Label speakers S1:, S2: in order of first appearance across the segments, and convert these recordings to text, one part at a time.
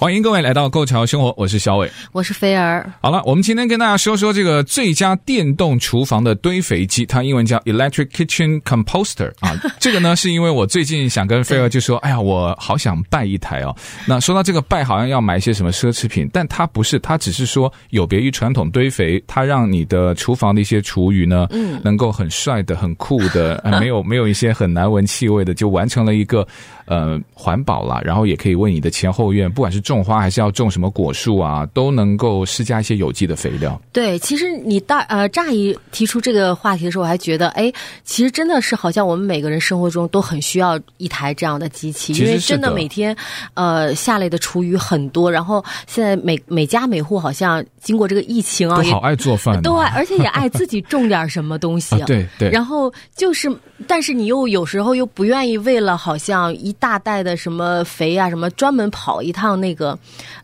S1: 欢迎各位来到《购潮生活》，我是小伟。
S2: 我是菲儿，
S1: 好了，我们今天跟大家说说这个最佳电动厨房的堆肥机，它英文叫 Electric Kitchen Composter 啊。这个呢，是因为我最近想跟菲儿就说，哎呀，我好想拜一台哦。那说到这个拜，好像要买一些什么奢侈品，但它不是，它只是说有别于传统堆肥，它让你的厨房的一些厨余呢，嗯，能够很帅的、很酷的，呃没有没有一些很难闻气味的，就完成了一个呃环保啦，然后也可以为你的前后院，不管是种花还是要种什么果树啊，都能够施加一些有机的肥料。
S2: 对，其实你大呃乍一提出这个话题的时候，我还觉得，哎，其实真的是好像我们每个人生活中都很需要一台这样的机器，
S1: 其实
S2: 因为
S1: 是
S2: 真的
S1: 的
S2: 每天，呃，下来的厨余很多，然后现在每每家每户好像经过这个疫情啊，
S1: 都
S2: 也
S1: 好爱做饭、啊，
S2: 都爱，而且也爱自己种点什么东西
S1: 啊，对对
S2: 然后就是，但是你又有时候又不愿意为了好像一大袋的什么肥啊什么，专门跑一趟那个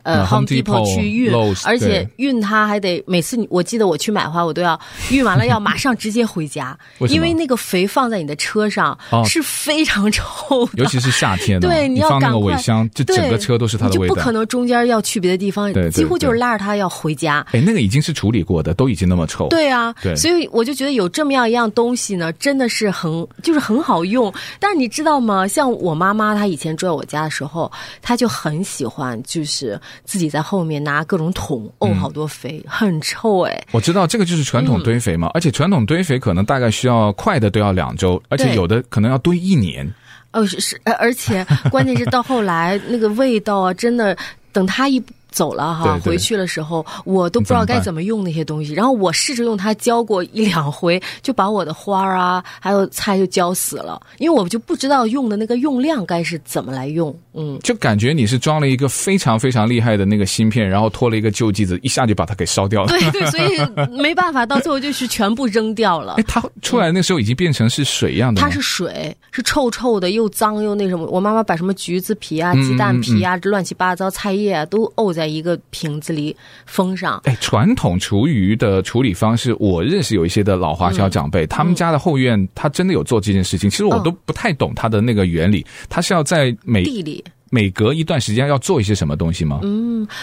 S2: 呃
S1: 嗯 Home
S2: Home Depot
S1: Depot，
S2: 去运
S1: Lowe's，，
S2: 而且
S1: 对，
S2: 运它还得每次你我记得我去买花，我都要运完了要马上直接回家
S1: 为什么
S2: 因为那个肥放在你的车上
S1: 哦
S2: 是非常臭的
S1: 尤。其是夏天、啊，
S2: 对，
S1: 你
S2: 要
S1: 放那
S2: 赶
S1: 个
S2: 快，
S1: 尾箱，就整个
S2: 对
S1: 车都是它的
S2: 你
S1: 味
S2: 就不
S1: 道
S2: 可。能中间要去别的地方，
S1: 对对
S2: 几乎就是
S1: 对
S2: 拉着它要回家。
S1: 哎，那个已经是处理过的，都已经那么臭。
S2: 对啊，
S1: 对
S2: 所以我就觉得有这么样一样东西呢，真的是很就是很好用。但是你知道吗？像我妈妈，她以前住在我家的时候，她就很喜欢，就是自己在后面拿各种桶沤、好多肥，很臭哎、
S1: 我知道这个就是传统堆肥
S2: 嗯
S1: 嘛，而且传统堆肥可能大概需要快的都要两周，而且
S2: 对
S1: 有的可能要堆一年。
S2: 哦，是是，呃而且 关键是到后来那个味道啊，真的，等他一走了哈，
S1: 对对
S2: 回去的时候我都不知
S1: 你
S2: 道
S1: 怎么
S2: 该
S1: 办
S2: 怎么用那些东西。然后我试着用它浇过一两回，就把我的花儿啊，还有菜就浇死了，因为我就不知道用的那个用量该是怎么来用。嗯，
S1: 就感觉你是装了一个非常非常厉害的那个芯片，然后拖了一个旧机子，一下就把它给烧掉了。
S2: 对对，所以没办法，到最后就是全部扔掉了
S1: 哎，。它出来那时候已经变成是水一样的吗，
S2: 嗯它是水，是臭臭的，又脏又那什么。我妈妈把什么橘子皮
S1: 嗯
S2: 啊、鸡蛋皮啊、乱七八糟菜叶啊，都沤在一个瓶子里封上。
S1: 哎，传统厨余的处理方式，我认识有一些的老华侨长辈，他们家的后院，他真的有做这件事情。其实我
S2: 嗯
S1: 都不太懂它的那个原理，它是要在每
S2: 地嗯里，
S1: 每隔一段时间要做一些什么东西吗？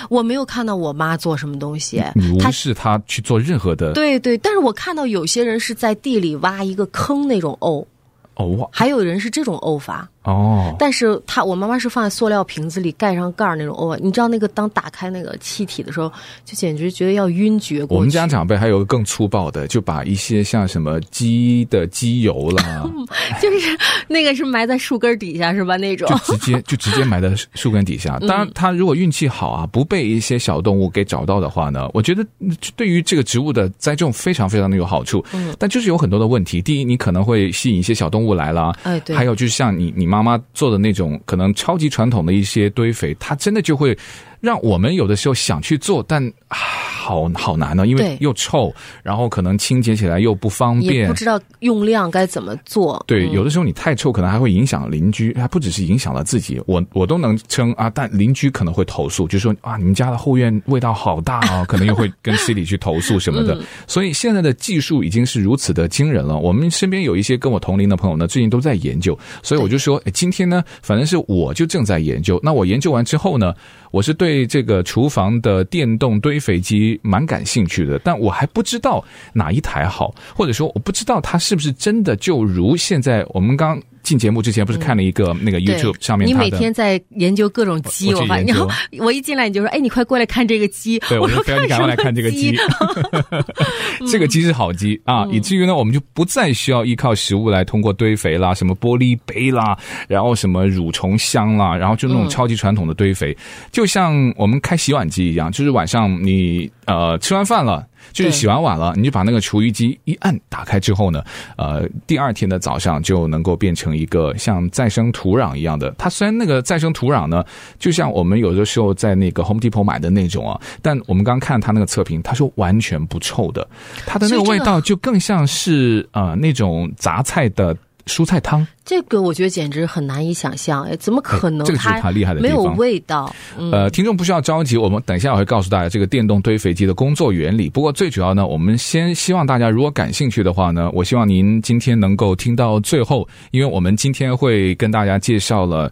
S2: 我没有看到我妈做什么东西。
S1: 你
S2: 她
S1: 无视它去做任何的
S2: 对对，但是我看到有些人是在地里挖一个坑那种沤，
S1: 哦哇
S2: 还有人是这种沤法。
S1: 哦，
S2: 但是她我妈妈是放在塑料瓶子里盖上盖儿那种沤法，你知道那个当打开那个气体的时候，就简直觉得要晕厥过去。
S1: 我们家长辈还有个更粗暴的，就把一些像什么鸡的鸡油啦，
S2: 就是那个是埋在树根儿底下是吧？那种
S1: 就直 接就直接埋在树根底
S2: 嗯
S1: 下。当然，它如果运气好啊，不被一些小动物给找到的话呢，我觉得嗯对于这个植物的栽种非常非常的有好处。
S2: 嗯
S1: 但就是有很多的问题。第一，你可能会吸引一些小动物来啦。
S2: 哎对
S1: 还有就是像你你妈妈做的那种可能超级传统的一些堆肥，它真的就会让我们有的时候想去做，但啊好好难啊呢、因为
S2: 对
S1: 又臭，然后可能清洁起来又不方
S2: 也
S1: 便
S2: 不。知道用量该怎么做。
S1: 对，有的时候你太臭，可能还会影响邻居，还不只是影响了自己，我我都能称啊，但邻居可能会投诉，就说啊，你们家的后院味道好大啊，可能又会跟 C 里去投诉什么的。所以现在的技术已经是如此的惊人了。我们身边有一些跟我同龄的朋友呢，最近都在研究，所以我就说，哎今天呢，反正是我就正在研究。那我研究完之后呢，我是对这个厨房的电动堆肥机蛮感兴趣的，但我还不知道哪一台好，或者说我不知道它是不是真的就如现在我们刚进节目之前不是看了一个那个
S2: 对
S1: YouTube 上面
S2: 你
S1: 它的，
S2: 每天在研究各种鸡，
S1: 我我去
S2: 发现，
S1: 研
S2: 然
S1: 究
S2: 后 我一进来你就说：“哎，你快过来看这个鸡。”
S1: 对，我
S2: 说
S1: 就：“非要你赶快来看这个嗯
S2: 鸡
S1: 鸡。， 这个鸡是好鸡啊，以至于呢，我们就不再需要依靠食物来通过堆肥啦、什么玻璃杯啦，然后什么乳虫箱啦，然后就那种超级传统的堆肥，就像我们开洗碗机一样，就是晚上你呃吃完饭了。就是洗完碗了，你就把那个厨余机一按，打开之后呢，呃，第二天的早上就能够变成一个像再生土壤一样的。它虽然那个再生土壤呢，就像我们有的时候在那个 Home Depot 买的那种啊，但我们刚看它那个测评，它说完全不臭的，它的那个
S2: 所以
S1: 味
S2: 这个
S1: 道就更像是呃那种杂菜的蔬菜汤。
S2: 这个我觉得简直很难以想象，哎，怎么可能
S1: 哎这个就是它厉害的地
S2: 没
S1: 方
S2: 有味道？嗯，
S1: 呃，听众不需要着急，我们等一下我会告诉大家这个电动堆肥机的工作原理。不过最主要呢，我们先希望大家如果感兴趣的话呢，我希望您今天能够听到最后，因为我们今天会跟大家介绍了。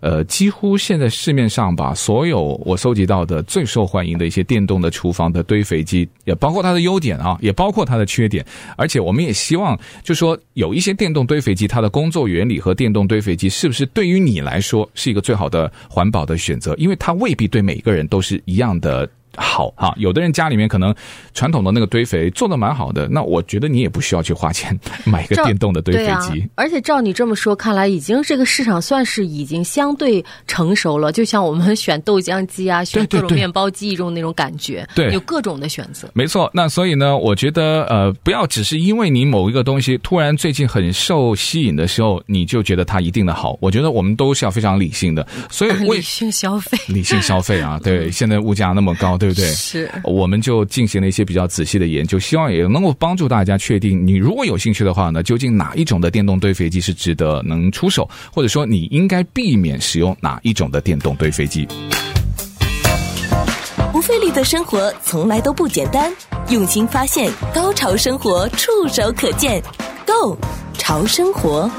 S1: 呃，几乎现在市面上吧，所有我搜集到的最受欢迎的一些电动的厨房的堆肥机，也包括它的优点啊，也包括它的缺点。而且我们也希望，就说有一些电动堆肥机，它的工作原理和电动堆肥机是不是对于你来说是一个最好的环保的选择？因为它未必对每个人都是一样的。好哈、有的人家里面可能传统的那个堆肥做的蛮好的，那我觉得你也不需要去花钱买一个
S2: 照
S1: 电动的堆
S2: 对
S1: 肥
S2: 啊
S1: 机。，
S2: 而且照你这么说，看来已经这个市场算是已经相对成熟了，就像我们选豆浆机啊，选
S1: 对
S2: 各
S1: 对
S2: 种面包机中那种感觉，
S1: 对
S2: 有各种的选择。
S1: 没错，那所以呢，我觉得呃，不要只是因为你某一个东西突然最近很受吸引的时候，你就觉得它一定的好。我觉得我们都是要非常理性的，所以为
S2: 理性消费
S1: 嗯理性消费啊，对，现在物价那么高，对不对？
S2: 是
S1: 我们就进行了一些比较仔细的研究，希望也能够帮助大家确定，你如果有兴趣的话呢，究竟哪一种的电动堆肥机是值得能出手，或者说你应该避免使用哪一种的电动堆肥机。
S3: 不费力的生活从来都不简单，用心发现，高潮生活触手可见 g o 潮生活。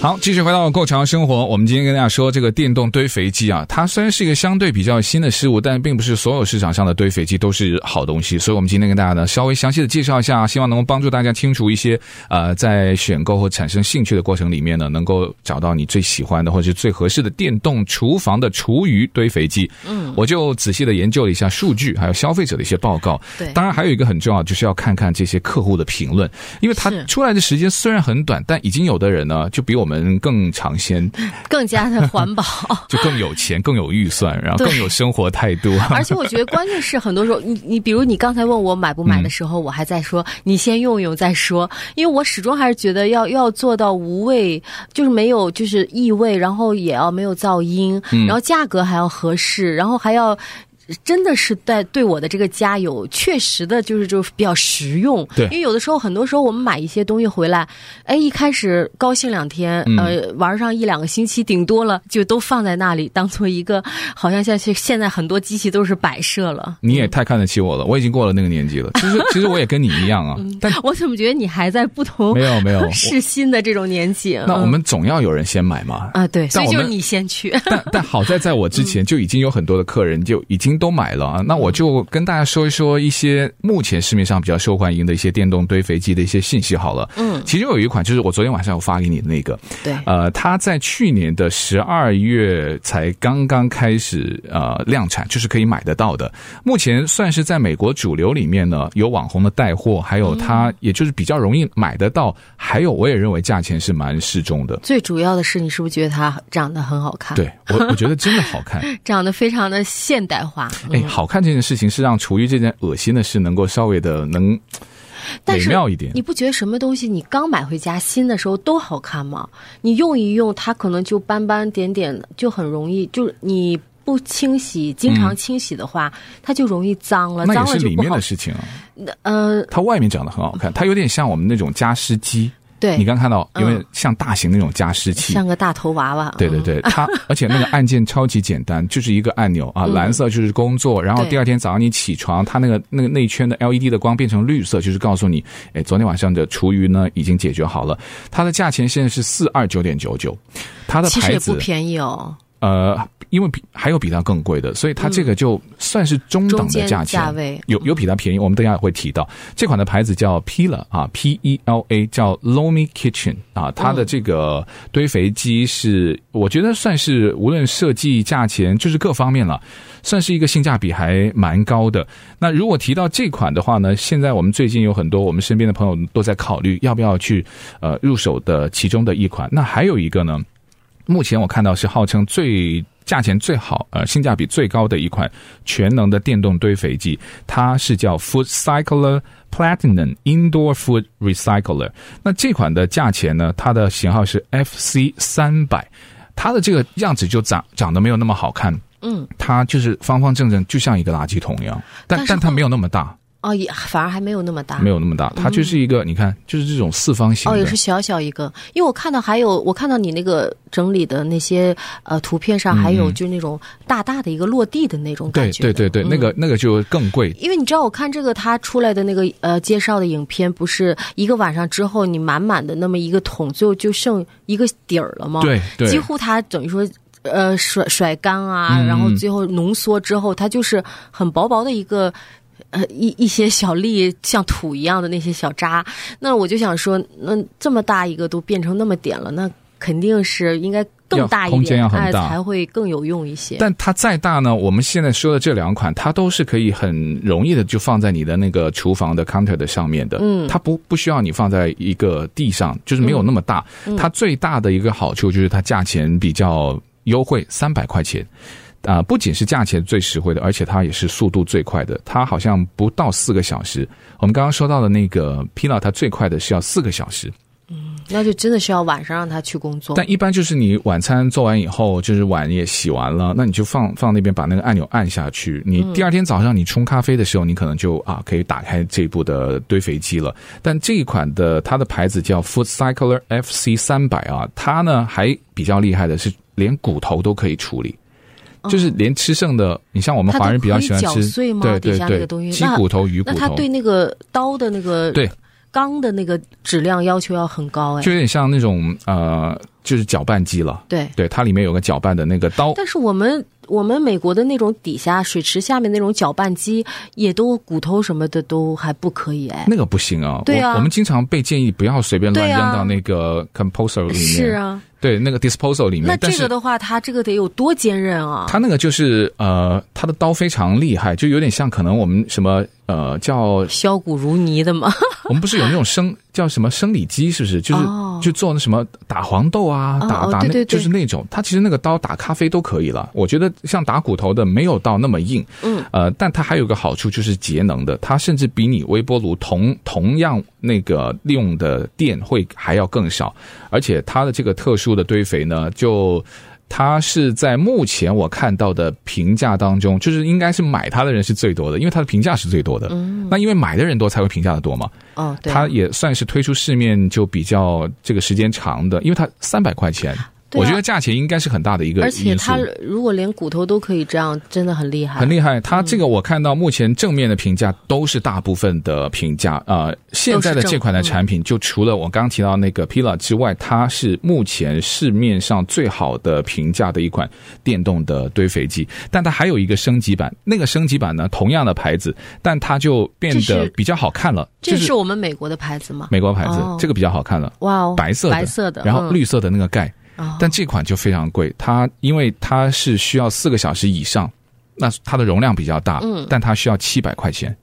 S1: 好，继续回到购潮生活。我们今天跟大家说这个电动堆肥机啊，它虽然是一个相对比较新的事物，但并不是所有市场上的堆肥机都是好东西。所以，我们今天跟大家呢稍微详细的介绍一下，希望能够帮助大家清楚一些呃，在选购或产生兴趣的过程里面呢，能够找到你最喜欢的或者是最合适的电动厨房的厨余堆肥机。嗯，我就仔细的研究了一下数据，还有消费者的一些报告。
S2: 对
S1: 当然还有一个很重要，就是要看看这些客户的评论，因为它
S2: 是
S1: 出来的时间虽然很短，但已经有的人呢就比我们更尝 鲜，
S2: 更加的环 保。
S1: 就更有钱、更有预算，然后更有生活态度。
S2: 而且我觉得关键是很多时候，你你比如你刚才问我买不买的时候，我还在说你先用用再说，因为我始终还是觉得要要做到无味，就是没有就是异味，然后也要没有噪音，然后价格还要合适，然后还要。真的是在对我的这个家有确实的，就是就是比较实用。
S1: 对
S2: 因为有的时候，很多时候我们买一些东西回来，哎，一开始高兴两天，
S1: 嗯
S2: 呃，玩上一两个星期，顶多了就都放在那里，当做一个好像像是现在很多机器都是摆设了。
S1: 你也太看得起我了，我已经过了那个年纪了。其实，其实我也跟你一样啊， 但
S2: 我怎么觉得你还在不同
S1: 没有没 有
S2: 是新的这种年纪？
S1: 那
S2: 嗯
S1: 我们总要有人先买嘛。
S2: 啊，对，所
S1: 但
S2: 以
S1: 我
S2: 就是
S1: 们
S2: 你 先去。
S1: 但但好在在我之前就已经有很多的客人就已经都买了啊。那我就跟大家说一说一些目前市面上比较受欢迎的一些电动堆肥机的一些信息好了。嗯，其中有一款就是我昨天晚上有发给你的那个，
S2: 对
S1: 呃，它在去年的十二月才刚刚开始呃量产，就是可以买得到的。目前算是在美国主流里面呢，有网红的带货，还有它也就是比较容易买得到，还有我也认为价钱是蛮适中的。
S2: 最主要的是，你是不是觉得它长得很好看？，
S1: 对我，我觉得真的好看。
S2: 长得非常的现代化。
S1: 哎，好看这件事情是让厨余这件恶心的事能够稍微的能
S2: 但
S1: 美
S2: 是
S1: 妙一点
S2: 你。不觉得什么东西你刚买回家新的时候都好看吗？你用一用，它可能就斑斑点点，就很容易，就是你不清洗，经常清洗的话，它就容易脏了，
S1: 嗯那
S2: 脏
S1: 也
S2: 了
S1: 是
S2: 就
S1: 里
S2: 不
S1: 面
S2: 好
S1: 的。事情啊，
S2: 呃，
S1: 它外面长得很好看，它有点像我们那种加湿机。
S2: 对嗯
S1: 你刚看到有点像大型那种加湿器。
S2: 像个大头娃娃。嗯
S1: 对对对，它而且那个按键超级简单，就是一个按钮啊，蓝色就是工作，然后
S2: 嗯对
S1: 第二天早上你起床，它那个那个内圈的 LED 的光变成绿色，就是告诉你，哎，昨天晚上的厨余呢已经解决好了。它的价钱现在是四二九点九九，它的
S2: 其实
S1: 牌
S2: 也
S1: 子
S2: 不便宜哦，
S1: 呃，因为比还有比它更贵的，所以它这个就算是中档
S2: 中
S1: 的
S2: 间
S1: 价钱，
S2: 价位
S1: 有有比它便宜。我们等一下也会提到这款的牌子叫 Pila 啊，P E L A 叫 Lomi Kitchen 啊，它的这个堆肥机是我觉得算是无论设计、价钱，就是各方面了，算是一个性价比还蛮高的。那如果提到这款的话呢，现在我们最近有很多我们身边的朋友都在考虑要不要去呃入手的其中的一款。那还有一个呢？目前我看到是号称最价钱最好、呃性价比最高的一款全能的电动堆肥机，它是叫 Food Cycler Platinum Indoor Food Recycler。那这款的价钱呢，它的型号是 FC 三百，它的这个样子就长长得没有那么好看。
S2: 嗯，
S1: 它就是方方正正，就像一个垃圾桶一样，但
S2: 但是
S1: 但它
S2: 后
S1: 没有那么大，
S2: 哦，也反而还没有那么大，
S1: 没有那么大，它就是一个、你看，就是这种四方形
S2: 嗯哦，
S1: 的，
S2: 也是小小一个，因为我看到还有，我看到你那个整理的那些呃图片上还有就是那种大大的一个落地的那种
S1: 对
S2: 感
S1: 嗯
S2: 觉
S1: 对
S2: 的，嗯
S1: 对对，那个那个就更贵，
S2: 因为你知道，我看这个它出来的那个呃介绍的影片，不是一个晚上之后，你满满的那么一个桶，最后就剩一个底儿了吗？
S1: 对对
S2: 哦几乎它等于说。呃，甩甩干啊，
S1: 嗯
S2: 然后最后浓缩之后，它就是很薄薄的一个，呃，一一些小粒像土一样的那些小渣。那我就想说，那这么大一个都变成那么点了，那肯定是应该更
S1: 要
S2: 大一点，
S1: 空间要很大
S2: 哎，才会更有用一些。
S1: 但它再大呢，我们现在说的这两款，它都是可以很容易的就放在你的那个厨房的 counter 的上面的，嗯，它不不需要你放在一个地上，就是没有那么大。它最大的一个好处就是它价钱比较优惠，三百块钱。啊、不仅是价钱最实惠的，而且它也是速度最快的。它好像不到四个小时。我们刚刚说到的那个 Pila，它最快的是要四个小时。
S2: 那就真的是要晚上让它去工作。
S1: 但一般就是你晚餐做完以后，就是碗也洗完了，那你就放放那边，把那个按钮按下去。你
S2: 嗯
S1: 第二天早上你冲咖啡的时候，你可能就啊可以打开这部的堆肥机了。但这一款的它的牌子叫 Food Cycler FC 三百啊，它呢还比较厉害的是连骨头都可以处理。就是连吃剩的，你像我们
S2: 它
S1: 华
S2: 都
S1: 人比较
S2: 可以
S1: 喜欢
S2: 搅
S1: 吃，
S2: 碎吗
S1: 对
S2: 底
S1: 对
S2: 下那个东
S1: 对，
S2: 西
S1: 鸡
S2: 那
S1: 骨头、鱼骨
S2: 那
S1: 头，
S2: 它对那个刀的那个
S1: 对
S2: 钢的那个质量要求要很高哎
S1: 就。有点像那种呃，就是搅拌机了。
S2: 对，
S1: 对，它里面有个搅拌的那个刀，
S2: 但是我们我们美国的那种底下水池下面那种搅拌机，也都骨头什么的都还不可以哎。
S1: 那个不行啊，
S2: 对啊
S1: 我我们经常被建议不要随便乱
S2: 对
S1: 扔
S2: 啊
S1: 到那个 composer 里面，
S2: 是，啊，
S1: 对，那个 disposal 里面
S2: 那。
S1: 但
S2: 这
S1: 是
S2: 个的话，它这个得有多坚韧啊？
S1: 它那个就是呃，它的刀非常厉害，就有点像可能我们什么呃叫
S2: 削骨如泥的 嘛，
S1: 我们不是有那种生叫什么生理机，是不是？就是、
S2: 哦
S1: 就做那什么打黄豆啊，
S2: 哦
S1: 打
S2: 哦
S1: 打那
S2: 对对对
S1: 就是那种。它其实那个刀打咖啡都可以了。我觉得像打骨头的没有到那么硬，
S2: 嗯，
S1: 呃，但它还有个好处就是节能的，它甚至比你微波炉同同样那个利用的电会还要更少，而且它的这个特殊的堆肥呢，就。它是在目前我看到的评价当中，就是应该是买它的人是最多的，因为它的评价是最多的。嗯，那因为买的人多才会评价的多嘛。
S2: 哦，对啊，
S1: 它也算是推出市面就比较这个时间长的，因为它三百块钱，
S2: 对啊
S1: 我觉得价钱应该是很大的一个
S2: 而
S1: 因素。
S2: 且它如果连骨头都可以这样，真的很厉害，
S1: 很厉害，它这个我看到目前正面的评价都是大部分的评价，呃，现在的这款的产品就除了我刚提到那个 Pila 之外，它是目前市面上最好的评价的一款电动的堆肥机，但它还有一个升级版，那个升级版呢，同样的牌子，但它就变
S2: 这
S1: 得
S2: 是
S1: 比较好看了，
S2: 这
S1: 就是是
S2: 我们美国的牌子吗？
S1: 美国牌子
S2: 哦，
S1: 这个比较好看了。
S2: 哇哦，
S1: 白色的，
S2: 白色的，
S1: 然后
S2: 嗯
S1: 绿色的那个盖。
S2: 哦
S1: 但这款就非常贵，它因为它是需要四个小时以上，那它的容量比较大，嗯，但它需要七百块钱，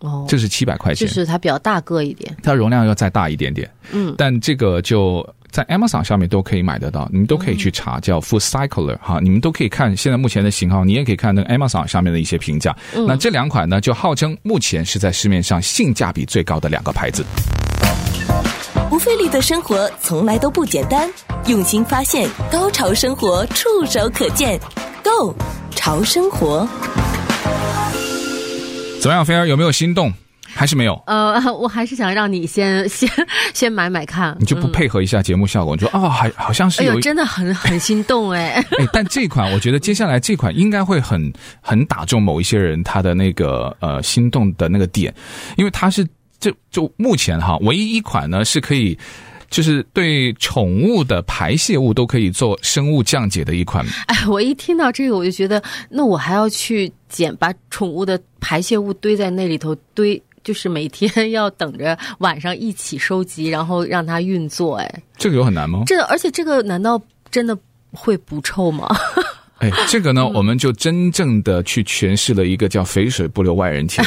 S2: 哦，
S1: 这是七百块
S2: 就
S1: 钱，
S2: 是它比较大个一点。
S1: 它容量要再大一点点，嗯，但这个就在 Amazon 上面都可以买得到，你们都可以去查，叫 Food Cycler 哈，你们都可以看现在目前的型号，你也可以看那个 Amazon 上面的一些评价。
S2: 嗯
S1: 那这两款呢，就号称目前是在市面上性价比最高的两个牌子。
S3: 不费力的生活从来都不简单，用心发现，高潮生活触手可见 g o 潮生活。
S1: 怎么样，菲儿有没有心动？还是没有？
S2: 呃，我还是想让你先 先先买买看。
S1: 你就不配合一下节目效果？你说哦，还好像是
S2: 哎
S1: 有
S2: 呦，
S1: 一
S2: 真的很很心动 哎！
S1: 哎，但这款我觉得接下来这款应该会很很打中某一些人他的那个呃心动的那个点，因为它是这就目前哈唯一一款呢是可以。就是对宠物的排泄物都可以做生物降解的一款，
S2: 哎，我一听到这个，我就觉得，那我还要去捡，把宠物的排泄物堆在那里头堆。就是每天要等着晚上一起收集，然后让它运作。哎，
S1: 这个有很难吗？
S2: 这而且这个难道真的会不臭吗？
S1: 哎，这个呢，
S2: 嗯
S1: 我们就真正的去诠释了一个叫“肥水不流外人田”，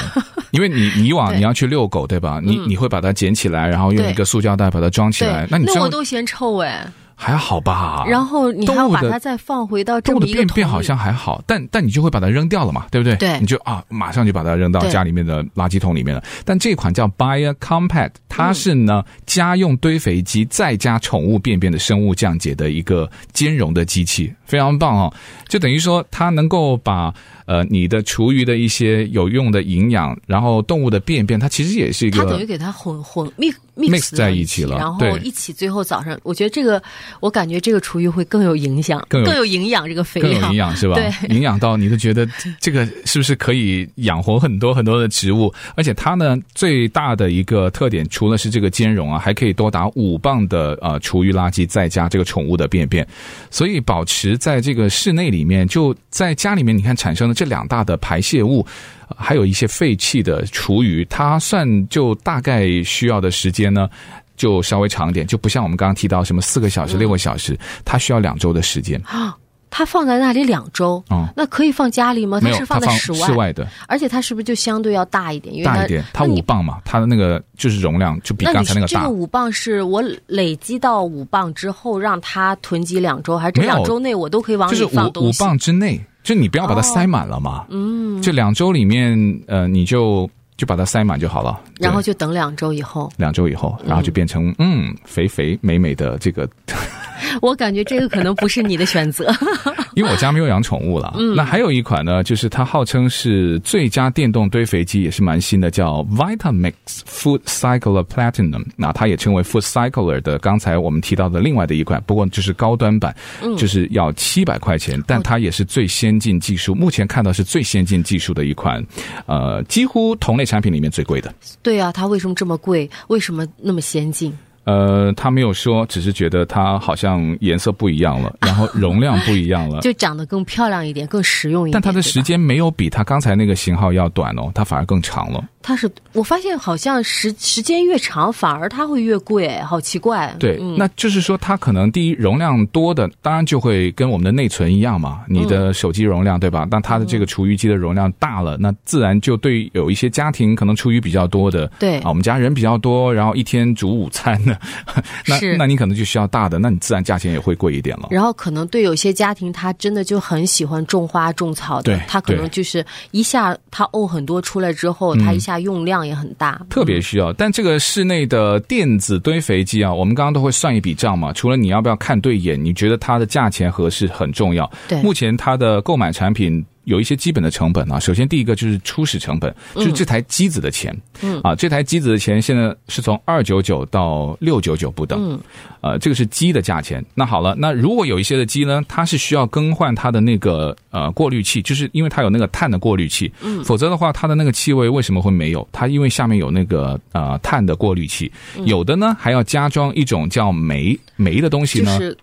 S1: 因为 你你以往
S2: 对嗯
S1: 你要去遛狗对吧？你你会把它捡起来，然后用
S2: 对
S1: 一个塑胶袋把它装起来
S2: 对，
S1: 啊那你最啊
S2: 我
S1: 后
S2: 都嫌臭哎。
S1: 还好吧？
S2: 然后你还要把它再放回到这
S1: 动物
S2: 么
S1: 的
S2: 一个
S1: 便便好像还好，但但你就会把它扔掉了嘛，对不对？
S2: 对
S1: 你就啊，马上就把它扔到
S2: 对
S1: 家里面的垃圾桶里面了。但这款叫 BioCompact，它是呢、家用堆肥机再加宠物便便的生物降解的一个兼容的机器，非常棒哦！就等于说它能够把呃你的厨余的一些有用的营养，然后动物的便便，它其实也是一
S2: 它等于
S1: 个。
S2: 给它混混 mix mix
S1: 在一起了
S2: 然后
S1: 对
S2: 一起最后早上，我觉得这个我感觉这个厨余会更有影响，
S1: 更有
S2: 营养这个肥
S1: 更
S2: 料，
S1: 有营养是吧？
S2: 对，
S1: 营养到你都觉得这个是不是可以养活很多很多的植物？而且它呢最大的一个特点，除了是这个兼容啊，还可以多达五磅的呃厨余垃圾，再加这个宠物的便便，所以保持在这个室内里面，就在家里面，你看产生的这两大的排泄物。呃还有一些废弃的厨余，它算就大概需要的时间呢，就稍微长一点，就不像我们刚刚提到什么四个小时、六个小时，它需要两周的时间。
S2: 它放在那里两周，
S1: 嗯
S2: 那可以放家里吗？
S1: 没
S2: 哦它
S1: 有，
S2: 是放在
S1: 它
S2: 室外，
S1: 室外的
S2: 而且它是不是就相对要大一点？因为
S1: 大一点，它
S2: 那
S1: 五
S2: 你
S1: 磅嘛，它的那个就是容量就比
S2: 那
S1: 刚
S2: 你
S1: 才那个
S2: 是这
S1: 大
S2: 个。五磅是我累积到五磅之后，让它囤积两周，还是这
S1: 没有
S2: 两周内我都可以往
S1: 就是
S2: 里
S1: 五
S2: 放
S1: 五
S2: 东西？哦
S1: 磅之内，就你不要把它塞满了嘛。嗯，就两周里面，呃，你就就把它塞满就好了。对
S2: 然后就等两周以后，
S1: 两周以后，然后就变成嗯肥肥美美的这个，
S2: 我感觉这个可能不是你的选 择。
S1: 因为我家没有养宠物了。那还有一款呢，就是它号称是最佳电动堆肥机，也是蛮新的，叫 Vitamix Food Cycler Platinum。那它也称为 Food Cycler 的，刚才我们提到的另外的一款，不过就是高端版，就是要七百块钱，但它也是最先进技术，目前看到是最先进技术的一款，呃，几乎同类产品里面最贵的。
S2: 对啊，它为什么这么贵？为什么那么先进？
S1: 呃，他没有说，只是觉得它好像颜色不一样了，然后容量不一样了。
S2: 就长得更漂亮一点，更实用一点。
S1: 啊但它的时
S2: 对吧，
S1: 间没有比它刚才那个型号要短哦，它反而更长了。
S2: 它是我发现好像时时间越长，反而它会越贵，好奇怪。
S1: 对，
S2: 嗯、
S1: 那就是说它可能第一容量多的，当然就会跟我们的内存一样嘛，你的手机容量对吧？那它的这个厨余机的容量大了，那自然就对有一些家庭可能厨余比较多的，
S2: 对
S1: 啊，我们家人比较多，然后一天煮午餐的， 那
S2: 是
S1: 那你可能就需要大的，那你自然价钱也会贵一点了。
S2: 然后可能对有些家庭，他真的就很喜欢种花种草的
S1: 对，
S2: 他可能
S1: 对
S2: 就是一下他沤很多出来之后，他一下用量也很大。
S1: 嗯
S2: 嗯
S1: 特别需要。但这个室内的电子堆肥机啊，我们刚刚都会算一笔账嘛。除了你要不要看对眼，你觉得它的价钱合适很重要。
S2: 对
S1: 目前它的购买产品。有一些基本的成本啊，首先第一个就是初始成本，就是这台机子的钱，嗯啊，这台机子的钱现在是从二九九到六九九不等，嗯，呃，这个是机的价钱。那好了，那如果有一些的机呢，它是需要更换它的那个呃过滤器，就是因为它有那个碳的过滤器，嗯，否则的话，它的那个气味为什么会没有？它因为下面有那个呃碳的过滤器，
S2: 嗯
S1: 有的呢还要加装一种叫酶酶的东西
S2: 就
S1: 呢，
S2: 是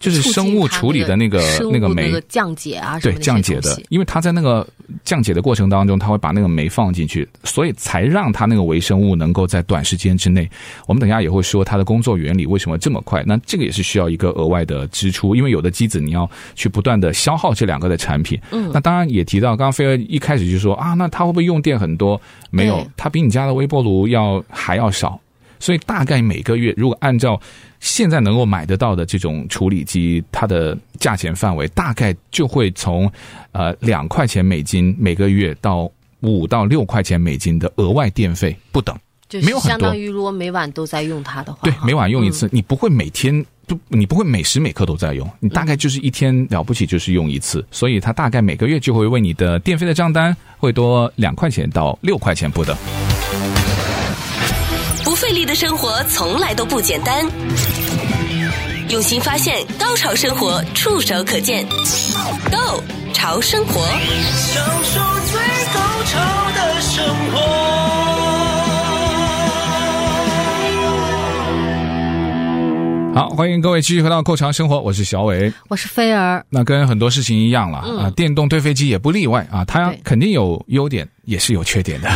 S1: 就是
S2: 促进
S1: 生物
S2: 它
S1: 处理的那
S2: 那
S1: 个
S2: 生物
S1: 那个
S2: 那
S1: 酶
S2: 个，降解啊，什
S1: 对
S2: 么那些
S1: 降解的
S2: 东西，
S1: 因为它在那个降解的过程当中，它会把那个酶放进去，所以才让它那个微生物能够在短时间之内。我们等一下也会说它的工作原理为什么这么快，那这个也是需要一个额外的支出，因为有的机子你要去不断的消耗这两个的产品。嗯，那当然也提到，刚刚菲儿一开始就说啊，那它会不会用电很多？没有
S2: 对，
S1: 它比你家的微波炉要还要少。所以大概每个月，如果按照现在能够买得到的这种处理机，它的价钱范围大概就会从呃两块钱美金每个月到五到六块钱美金的额外电费不等。
S2: 就
S1: 没有
S2: 是
S1: 很
S2: 相
S1: 多
S2: 当于如果每晚都在用它的话，
S1: 对，
S2: 哈
S1: 每晚用一次，你不会每天。不，你不会每时每刻都在用，你大概就是一天了不起就是用一次，所以它大概每个月就会为你的电费的账单会多两块钱到六块钱不等。
S3: 不费力的生活从来都不简单。用心发现，高潮生活触手可见 Go 潮生活，
S4: 享受最高潮的生活。
S1: 好，欢迎各位继续回到《购潮生活》，我是小伟。
S2: 我是菲儿，
S1: 那跟很多事情一样了啊、电动堆飞机也不例外啊，它
S2: 嗯对
S1: 肯定有优点，也是有缺点的。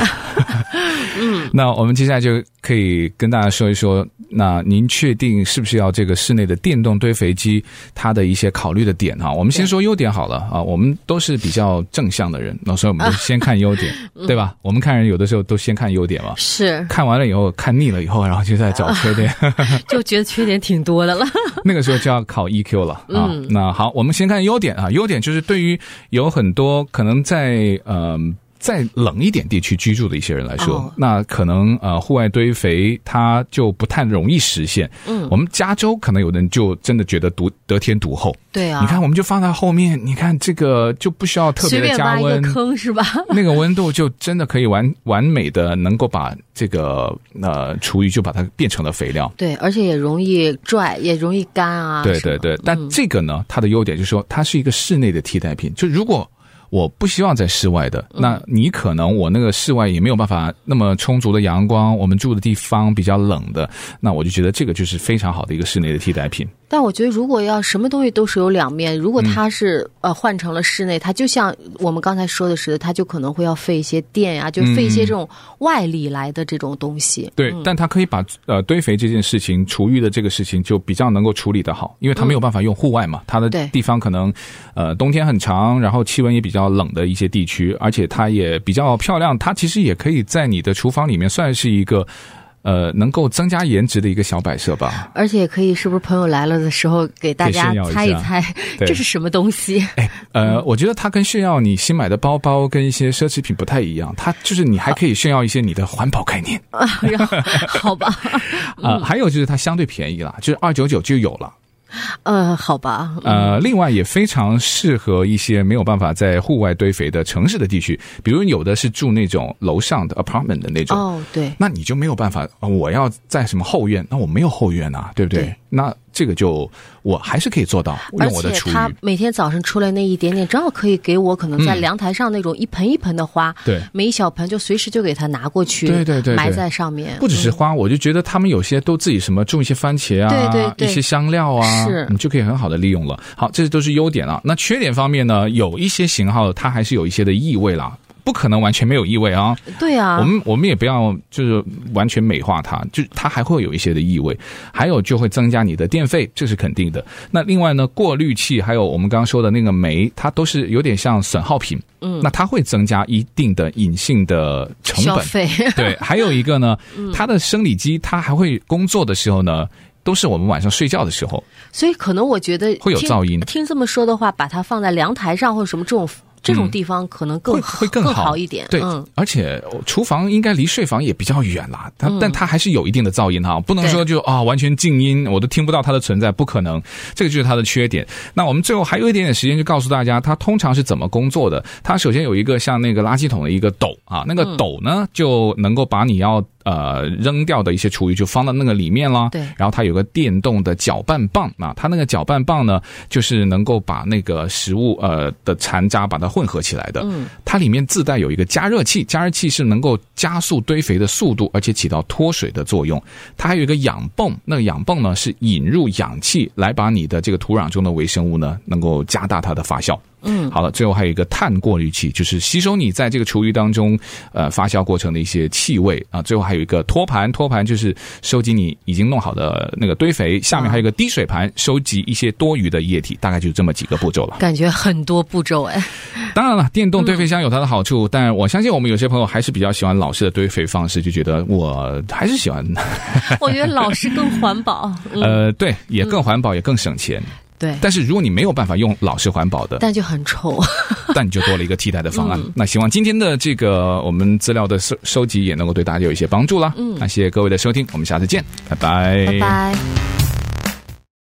S1: 嗯， 那我们接下来就可以跟大家说一说，那您确定是不是要这个室内的电动堆肥机它的一些考虑的点哈？我们先说优点好了啊，我们都是比较正向的 人，那所以我们就先看优点，对吧？我们看人有的时候都先看优点嘛，
S2: 是
S1: 看完了以后看腻了以后，然后就在找缺点。
S2: 就觉得缺点挺多的了。
S1: 那个时候就要考 EQ 了啊。
S2: 嗯
S1: 那好，我们先看优点啊。优点就是对于有很多可能在呃在冷一点地区居住的一些人来说，
S2: 哦
S1: 那可能呃户外堆肥它就不太容易实现。嗯，我们加州可能有的人就真的觉得独得天独厚。
S2: 对啊，
S1: 你看，我们就放在后面，你看这个就不需要特别
S2: 随
S1: 的
S2: 便
S1: 加
S2: 挖一个
S1: 温。
S2: 坑是吧？
S1: 那个温度就真的可以完完美的能够把这个呃厨余就把它变成了肥料，
S2: 对，而且也容易拽，也容易干啊。
S1: 对
S2: 什
S1: 对
S2: 么
S1: 对，但这个呢，它的优点就是说，它是一个室内的替代品。就如果我不希望在室外的，
S2: 嗯
S1: 那你可能我那个室外也没有办法那么充足的阳光，我们住的地方比较冷的，那我就觉得这个就是非常好的一个室内的替代品。
S2: 但我觉得，如果要什么东西都是有两面，
S1: 嗯
S2: 如果它是、呃换成了室内，它就像我们刚才说的似的，它就可能会要费一些电呀、就费一些这种外力来的这种东西。
S1: 对，但它可以把呃堆肥这件事情、厨余的这个事情就比较能够处理得好，因为它没有办法用户外嘛，它的
S2: 对
S1: 地方可能呃冬天很长，然后气温也比较冷的一些地区，而且它也比较漂亮，它其实也可以在你的厨房里面算是一个。呃，能够增加颜值的一个小摆设吧。
S2: 而且也可以，是不是朋友来了的时候给大
S1: 可以
S2: 家
S1: 炫耀一下
S2: 猜一猜
S1: 对
S2: 这是什么东西？
S1: 哎，呃，我觉得它跟炫耀你新买的包包跟一些奢侈品不太一样，它就是你还可以炫耀一些你的环保概念。
S2: 然后好 吧，
S1: 呃，还有就是它相对便宜啦，就是二九九就有了。
S2: 呃，好吧，
S1: 呃，另外也非常适合一些没有办法在户外堆肥的城市的地区，比如有的是住那种楼上的 apartment 的那种，
S2: 哦，对，
S1: 那你就没有办法，呃我要在什么后院？那我没有后院啊，对不对？
S2: 对
S1: 那这个就我还是可以做到
S2: 而
S1: 用我的
S2: 且
S1: 厨
S2: 他
S1: 余。
S2: 每天早上出来那一点点，正好可以给我可能在
S1: 嗯
S2: 阳台上那种一盆一盆的花，
S1: 对
S2: 每一小盆就随时就给它拿过去，
S1: 对对对对
S2: 埋在上面，嗯
S1: 不只是花，我就觉得他们有些都自己什么种一些番茄啊，
S2: 对对对
S1: 一些香料啊，
S2: 是
S1: 你就可以很好的利用了。好，这都是优点啊。那缺点方面呢，有一些型号它还是有一些的异味啦，不可能完全没有异味啊。
S2: 对啊，
S1: 我们我们也不要就是完全美化它，就它还会有一些的异味，还有就会增加你的电费，这是肯定的。那另外呢，过滤器还有我们刚刚说的那个煤，它都是有点像损耗品，嗯，那它会增加一定的隐性的成
S2: 消
S1: 本。
S2: 费 嗯
S1: 对，还有一个呢，它的生理机它还会工作的时候呢，都是我们晚上睡觉的时候，
S2: 所以可能我觉得
S1: 会有
S2: 听
S1: 噪音嗯
S2: 听这么说的话，把它放在凉台上或者什么这种这种地方，可能更
S1: 会会更
S2: 更
S1: 好
S2: 一点。
S1: 对，
S2: 嗯，
S1: 而且厨房应该离睡房也比较远啦，它、但它还是有一定的噪音哈，不能说就啊、完全静音，我都听不到它的存在，不可能。这个就是它的缺点。那我们最后还有一点点时间，就告诉大家它通常是怎么工作的。它首先有一个像那个垃圾桶的一个斗啊，那个
S2: 嗯
S1: 斗呢、就能够把你要。呃，扔掉的一些厨余就放到那个里面了。
S2: 对
S1: 然后它有个电动的搅拌棒啊，它那个搅拌棒呢，就是能够把那个食物呃的残渣把它混合起来的。嗯，它里面自带有一个加热器，加热器是能够加速堆肥的速度，而且起到脱水的作用。它还有一个氧泵，那个氧泵呢是引入氧气来把你的这个土壤中的微生物呢能够加大它的发酵。嗯，好了，最后还有一个碳过滤器，就是吸收你在这个厨余当中，呃，发酵过程的一些气味啊。最后还有一个托盘，托盘就是收集你已经弄好的那个堆肥，下面还有一个滴水盘，收集一些多余的液体，大概就这么几个步骤了。
S2: 感觉很多步骤 哎，
S1: 当然了，电动堆肥箱有它的好处，但我相信我们有些朋友还是比较喜欢老式的堆肥方式，就觉得我还是喜欢，
S2: 我觉得老师更环 保。嗯，
S1: 呃，对，也更环保，也更省钱。
S2: 对，
S1: 但是如果你没有办法用老式环保的，
S2: 但就很臭。
S1: 但你就多了一个替代的方案。那希望今天的这个我们资料的收收集也能够对大家有一些帮助啦。嗯，那谢谢各位的收听，我们下次见，拜拜，
S2: 拜拜。